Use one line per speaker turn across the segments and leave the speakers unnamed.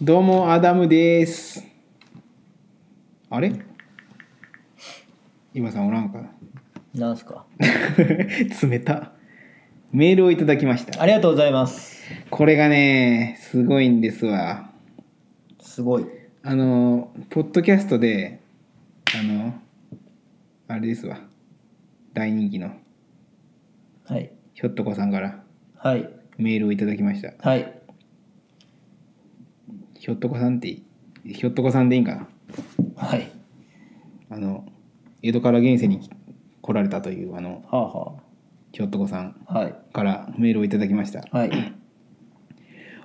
どうもアダムですあれ今さんおらんかな
なんすか
冷たメールをいただきました
ありがとうございます
これがねすごいんですわ
すごい
あのポッドキャストであのあれですわ大人気の
はい
ひょっとこさんから
はい
メールをいただきました
はい
ひょっとこさんっていいひょっとこさんでいいんかな
はい
あの江戸から現世に来られたというあの
はあは
ひょっとこさん
あはい
からメールをいただきました
はい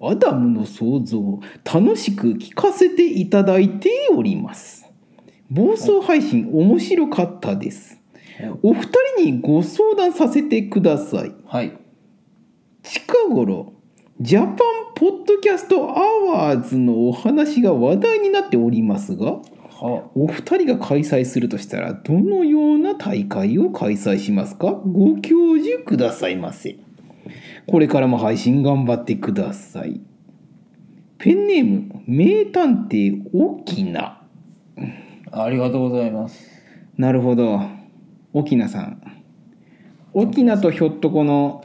アダムの想像楽しく聞かせていただいております暴走配信面白かったですお二人にご相談させてください
はい
近頃ジャパンポッドキャストアワーズのお話が話題になっておりますが
は
お二人が開催するとしたらどのような大会を開催しますかご教授くださいませこれからも配信頑張ってくださいペンネーム名探偵沖縄
あありがとうございます
なるほど沖縄さん沖縄とひょっとこの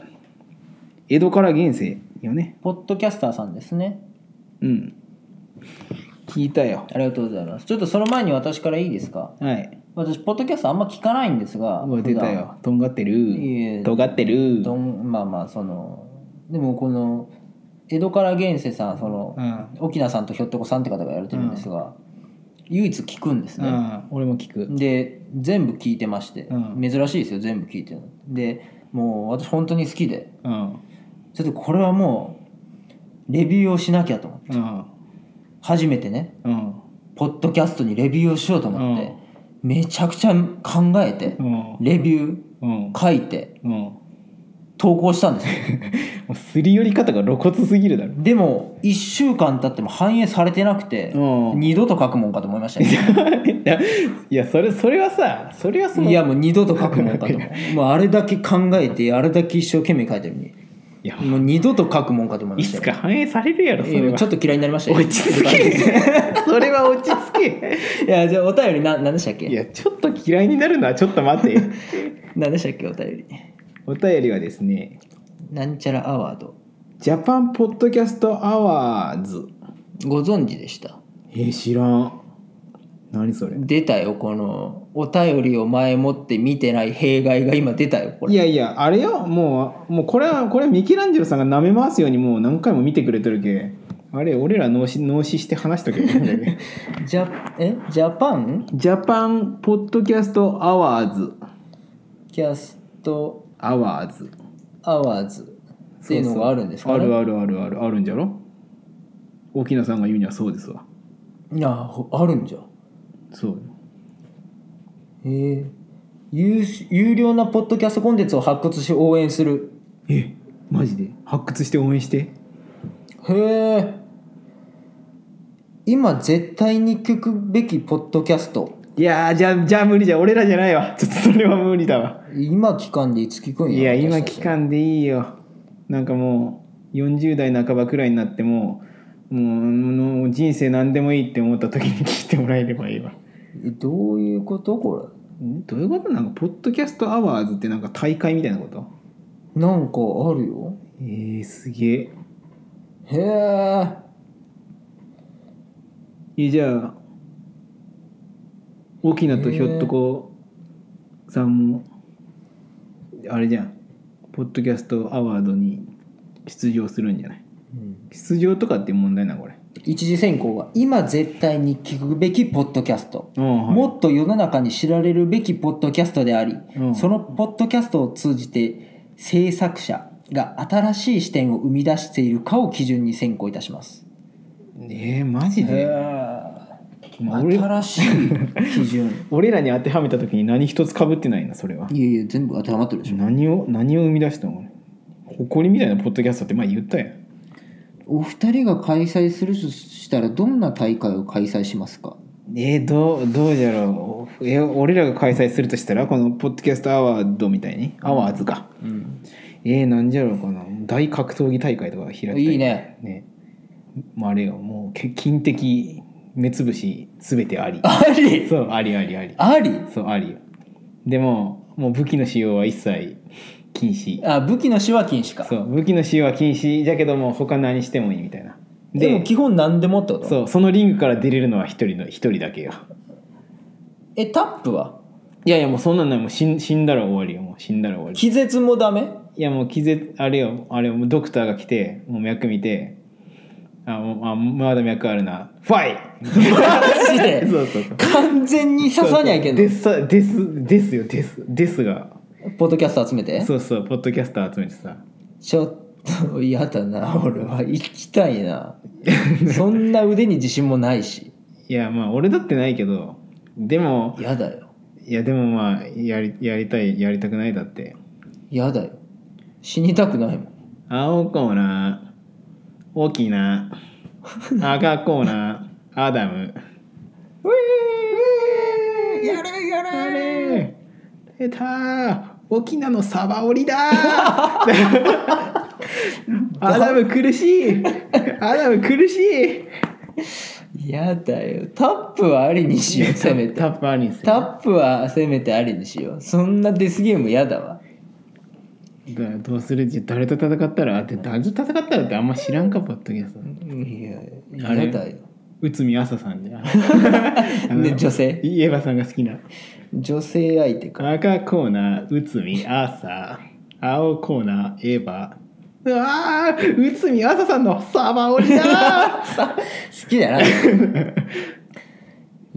江戸から現世よね
ポッドキャスターさんですね
うん聞いたよ
ありがとうございますちょっとその前に私からいいですか
はい
私ポッドキャストあんま聞かないんですが
うわ出たよとんがってる
いえ
とがってる
どんまあまあそのでもこの江戸から現世さんその、
うん
沖縄さんとひょっとこさんって方がやれてるんですが、唯一聞くんですね、
うん俺も聞く
で全部聞いてまして、
うん
珍しいですよ全部聞いてるのでもう私本当に好きで
うん
ちょっとこれはもうレビューをしなきゃと思って
うん
初めてね
うん
ポッドキャストにレビューをしようと思って、めちゃくちゃ考えて、
うん
レビュ
うん
ー書いて
うんも
投稿したんです よ
うすり寄り方が露骨すぎるだろ
でも1週間経っても反映されてなくて、
うん
二度と書くもんかと思いましたね
いやいやそれそれはさそれはその
いやもう二度と書くもんかと思 うもうあれだけ考えてあれだけ一生懸命書いてるのに
いや
もう二度と書くもんかと思い
い
ました
つ
よ
か反映されるやろそれ
いや
は
ちょっと嫌いになりましたよ
落ち着けそれは落ち着け
いやじゃあお便りな何でした っ
い
け
やちょっと嫌いになるのはちょっと待 て
何でしたっけお便り
お便りはですね
なんちゃらアワード
ジャパンポッドキャストアワーズ
ご存知でした
えー知らん何それ
出たよこのお便りを前もって見てない弊害が今出たよこれ
いやいやあれよもうもうこれはこれはミケランジェロさんが舐め回すようにもう何回も見てくれてるけあれ俺ら脳死脳死して話しとけ
ジャえジャパン
ジャパンポッドキャストアワーズ
キャスト
アワーズ
アワーズっていうのがあるんですか
あ
ね
るあるあるあるあるんじゃろ沖縄さんが言うにはそうですわ
いやほあるんじゃ
そうよ
へえ有有料なポッドキャストコンテンツを発掘し応援する
えマジで発掘して応援して
へえ今絶対に聞くべきポッドキャスト
いやーじゃあじゃあ無理じゃ俺らじゃないわちょっとそれは無理だわ
今期間でいつ聞くんや
いや今
私たち
期間でいいよなんかもう40代半ばくらいになってももうもう人生何でもいいって思った時に聞いてもらえればいいわ
えどういうことこ
どういうことなんかポッドキャストアワーズってなんか大会みたいなこと
れなんかあるよ
えー、すげえ
へえ
えじゃあ沖縄とひょっとこさんもあれじゃんポッドキャストアワードに出場するんじゃない出場とかって問題なこれ
一次選考が今絶対に聞くべきポッドキャスト、
うんはい
もっと世の中に知られるべきポッドキャストであり、
うん
そのポッドキャストを通じて制作者が新しい視点を生み出しているかを基準に選考いたします
えー、マジで、まあ俺
新しい基準
俺らに当てはめた時に何一つかぶってないなそれはい
やいや全部当てはまってるでしょ
何を何を生み出したの誇りみたいなポッドキャストって前言ったやん
お二人が開催するとしたらどんな大会を開催しますか
えー、どうどうじゃろうえ俺らが開催するとしたらこのポッドキャストアワードみたいにアワーズか、えー、なんじゃろうかな大格闘技大会とか開きたい
いいね
ねまあ、あれよもうけ金的目つぶし全てあり
あ り
そうありありあり
あり
そうありよでももう武器の使用は一切禁止
あ武器の使用は禁止か
そう武器の使用は禁止じゃけども他何してもいいみたいな
でも
で
基本何でもってこと
そうそのリングから出れるのは一人の一人だけよ
えタップはい
やいやもうそんなんないもう死ん死んだら終わりよもう死んだら終わり
気絶もダメ
いやもう気絶あれよあれよもうドクターが来てもう脈見てあもうあまだ脈あるなファイ
マジ で
そうそうそう
完全に刺さにゃいけん
で
の
すですですよですですが
ポッドキャスト集めて
そうそうポッドキャスター集めてさ
ちょっと嫌だな俺は行きたいなそんな腕に自信もない し
いやまあ俺だってないけどでも
嫌だよ
いやでもまあやりやりたいやりたくないだって
嫌だよ死にたくないもん
青コーナー大きいな赤コーナーアダムウィーやれやれ出たー沖縄のサバ織りだ ーアダム苦しいアダム苦しい
嫌だよタップはありにしようせめて
タップありんす
タ
よ
ップはせめてありにしようそんなデスゲーム嫌だわ
だからどうするじゃあ誰と戦ったらあって誰と戦ったらってあんま知らんかポッドキャスト
いや
あれ
嫌だよ
内海朝さんじゃんあの
ね女性
イエヴァさんが好きな
女性相手か
赤コーナー、内海、朝。青コーナー、エヴァ。うわー内海、朝さんのサバオリだー
好き じゃない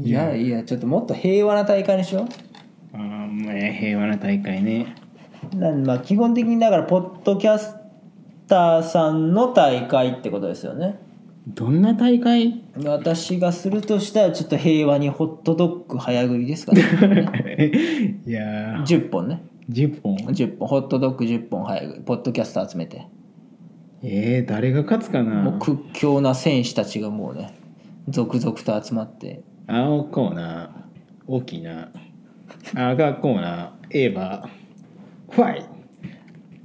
いやいやちょっともっと平和な大会にしよう
あーまあ平和な大会ね。
なんまあ基本的にだからポッドキャスターさんの大会ってことですよね
どんな大会
私がするとしたらちょっと平和にホットドッグ早食いです かね
いやー、
10本ね
10本。
10本ホットドッグ10本早食いポッドキャスター集めて
えー、誰が勝つか
もう
な
屈強な戦士たちがもうね続々と集まって
青コーナー、沖縄。赤コーナー、エヴァ。ファイ。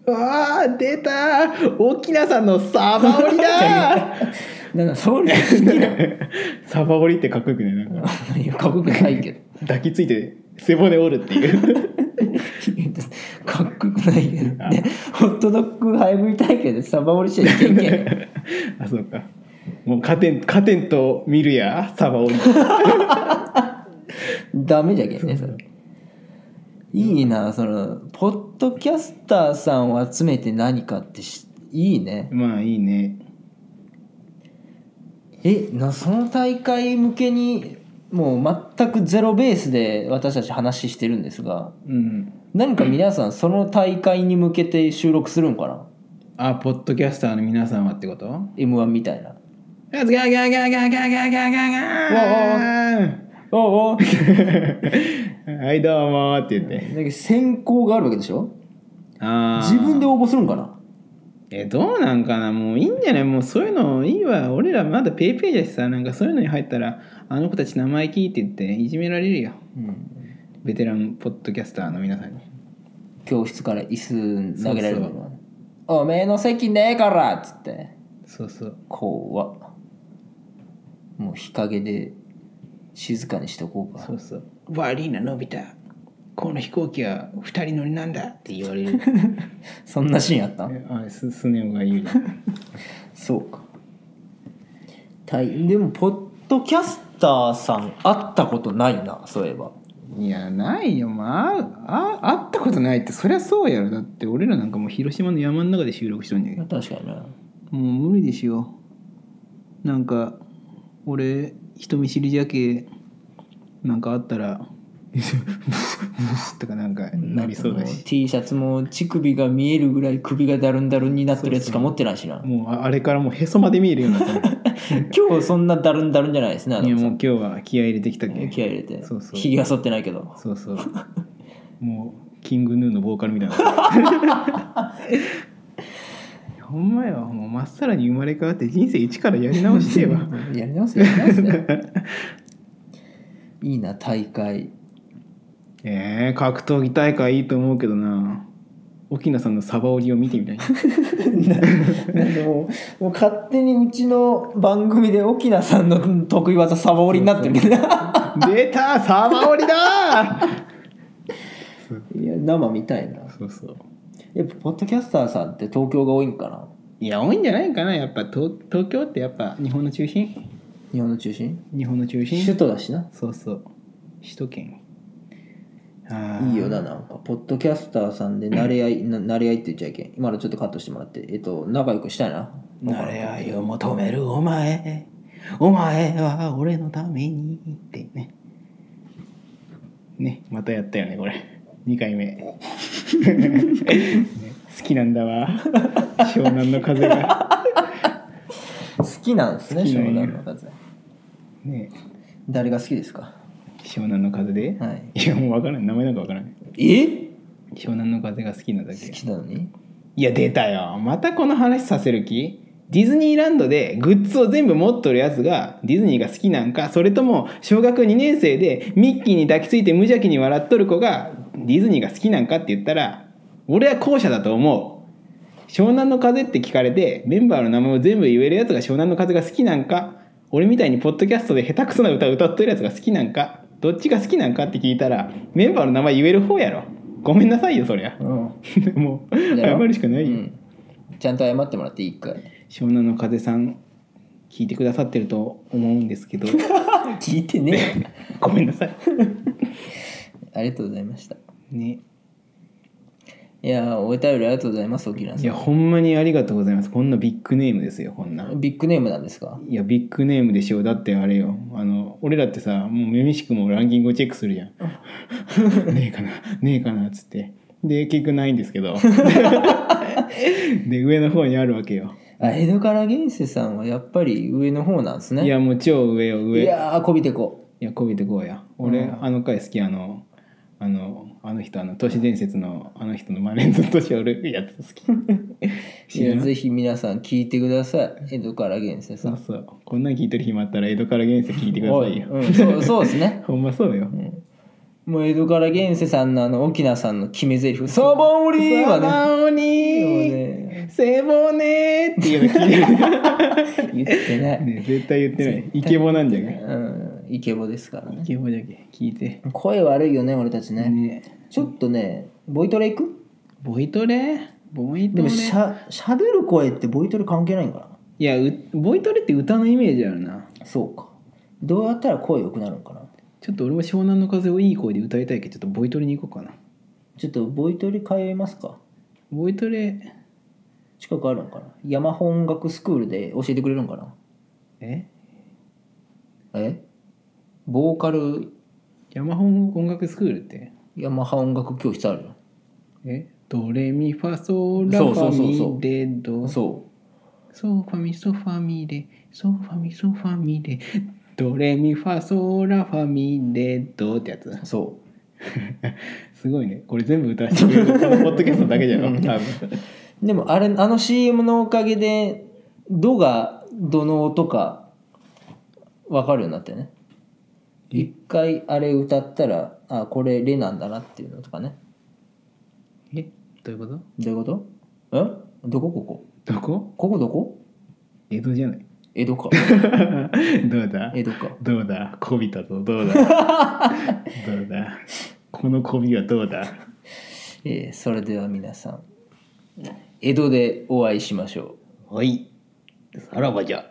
うわー、出たー沖縄さんのサバオリだ ー
なんかそういうの好きな
サバ折りってかっこよくねなんか
いやかっこよくないけど
抱きついて背骨折るって いう
かっこよくないけどねホットドッグ早食い大会でサバ折りしちゃいけんけん
あそうかもうカテンカテンと見るやサバ折り
ダメじゃけんねそれいいなそのポッドキャスターさんを集めて何かってしいいね
まあいいね
えなその大会向けにもう全くゼロベースで私たち話してるんですが
うん
何か皆さんその大会に向けて収録するんかな
あポッドキャスターの皆さんはってこと
m 1みたいな
ガーガーガーガーガーガーガーガーガーガ
おうおう
ーはいどうもーって言って
なんか選考があるわけでしょ
あー
自分で応募するんかな
えどうなんかなもういいんじゃないもうそういうのいいわ俺らまだペイペイだしさなんかそういうのに入ったらあの子たち生意気って言っていじめられるよ
うん
ベテランポッドキャスターの皆さんに
教室から椅子投げられるのかなおめえの席ねえからっつって
そうそう
怖っもう日陰で静かにしとこうか
そうそう悪いなのび太この飛行機は2人乗りなんだって言われる
そんなシーンあった
あれススネ夫が言うじゃん
そうかたいでもポッドキャスターさん会ったことないなそういえば
いやないよまああ会ったことないってそりゃそうやろだって俺らなんかもう広島の山の中で収録しとんじゃけど
確かにな
もう無理でしよなんか俺人見知りじゃけなんかあったらブスブスとかなんかなりそうだ
もう
し
T シャツも乳首が見えるぐらい首がだるんだるんになってるやつしか持ってないしな
もうああれからもうへそまで見えるようになった
今日そんなだるんだるんじゃないですねあ
いや
の
もう今日は気合い入れてきたけん
気合い入れて
そうそう
ひげは剃ってないけど
そう そうもうキングヌーのボーカルみたいな ほんまよもうまっさらに生まれ変わって人生一からやり直してえ わ
やりますよやりますよいいな大会
えー、格闘技大会いいと思うけどな沖野さんのサバ折りを見てみた い
なんでもうもう勝手にうちの番組で沖縄さんの得意技サバ折りになってるけどい
出たサバ折りだー
や生みたいな
そうそう
やっぱポッドキャスターさんって東京が多いんかない
や多いんじゃないかなやっぱ東東京ってやっぱ日本の中心
日本の中心
日本の中
首
心
都だしな
そうそう首都圏あー
いいよななんかポッドキャスターさんで慣れ合いな慣れ合いって言っちゃいけん今のちょっとカットしてもらってえっと仲良くしたいな
なれ合いを求めるお前お前は俺のためにってねねまたやったよねこれ2回目、ね好きなんだわ湘南の風が
好きなんですね
好きなんや
湘南の風
ね
誰が好きですか
湘南の風で、
はい
いやもう分からん名前なんか分からん
え
湘南の風が好きなだけ
好きなのに
いや出たよまたこの話させる気ディズニーランドでグッズを全部持っとるやつがディズニーが好きなんかそれとも小学2年生でミッキーに抱きついて無邪気に笑っとる子がディズニーが好きなんかって言ったら俺は後者だと思う湘南の風って聞かれてメンバーの名前を全部言えるやつが湘南の風が好きなんか俺みたいにポッドキャストで下手くそな歌歌っとるやつが好きなんかどっちが好きなんかって聞いたらメンバーの名前言える方やろごめんなさいよそりゃ
うん
もう
だ
謝
ろ
るしかな
う
いよ、
んちゃんと謝ってもらっていい一回
湘南の風さん聞いてくださってると思うんですけど
聞いてね
ごめんなさい
ありがとうございました
ね
いやーお便りありがとうございます沖縄
い
さ
やほんまにありがとうございますこんなビッグネームですよこんなん
ビッグネームなんですか
いやビッグネームでしょうだってあれよあの俺らってさもうめみしくもランキングをチェックするじゃんねえかなねえかなっつってで結局ないんですけ どで上の方にあるわけよ
あ江戸から現世さんはやっぱり上の方なんですね
いやもう超上よ上
いやーこびてこ
いやこびてこうや俺、
うん
あの回好きあのあのあの人あの都市伝説のあの人のマネずっとしおるやつ好き
いやぜひ皆さん聞いてください江戸から現世さ
そ
ん
うそうこんなん聞いてる暇あったら江戸から現世聞いてくださいよ、
おいうん、そうそうですね
ほんまそうよ
もう江戸から現世さんのあの沖縄さんの決め台詞サバオ
「
リー
サ
は
バオ
ねもう
ニー
ね
セボネー」っていうの聞いてる、
言ってない、
ね、絶対言ってないイケボなんじゃない
うんイケボですからね
イケボじゃけ聞いて
声悪いよね俺たちね
ね
ちょっとねボイトレ行く
ボイトレボイ
で
ト
も
レ
しゃしゃべる声ってボイトレ関係ないんか
いやうボイトレって歌のイメージあるな
なそうかどうやったら声良くなるんかな
ちょっと俺も湘南の風をいい声で歌いたいけどちょっとボイトレに行こうかな
ちょっとボイトレ通いますか
ボイトレ
近くあるんかな山本学スクールで教えてくれるんかな
え
えボーカル
山本音楽スクールって
山本音楽教室あるよ
えドレミファソラ
そう
フ
そう
ァ
そうそう
ミレドソ
そ
ファミソファミレソファミソファミレドレミファソラファミレドってやつ
うそう
すごいねこれ全部歌わせてくれるこのポッドキャストだけじゃろ多分
でもあれあの CM のおかげで「ど」がどの音か分かるようになってね一回あれ歌ったらあこれ「レ」なんだなっていうのとかね
えどういうこ
どういうことえどこここと
どこ
ここどこ
江戸じ ゃない
江戸か
どうだ
江戸か
どうだこびたぞ どうだどうだこのこびはどうだ
えーそれでは皆さん江戸でお会いしましょう
はいさらばじゃ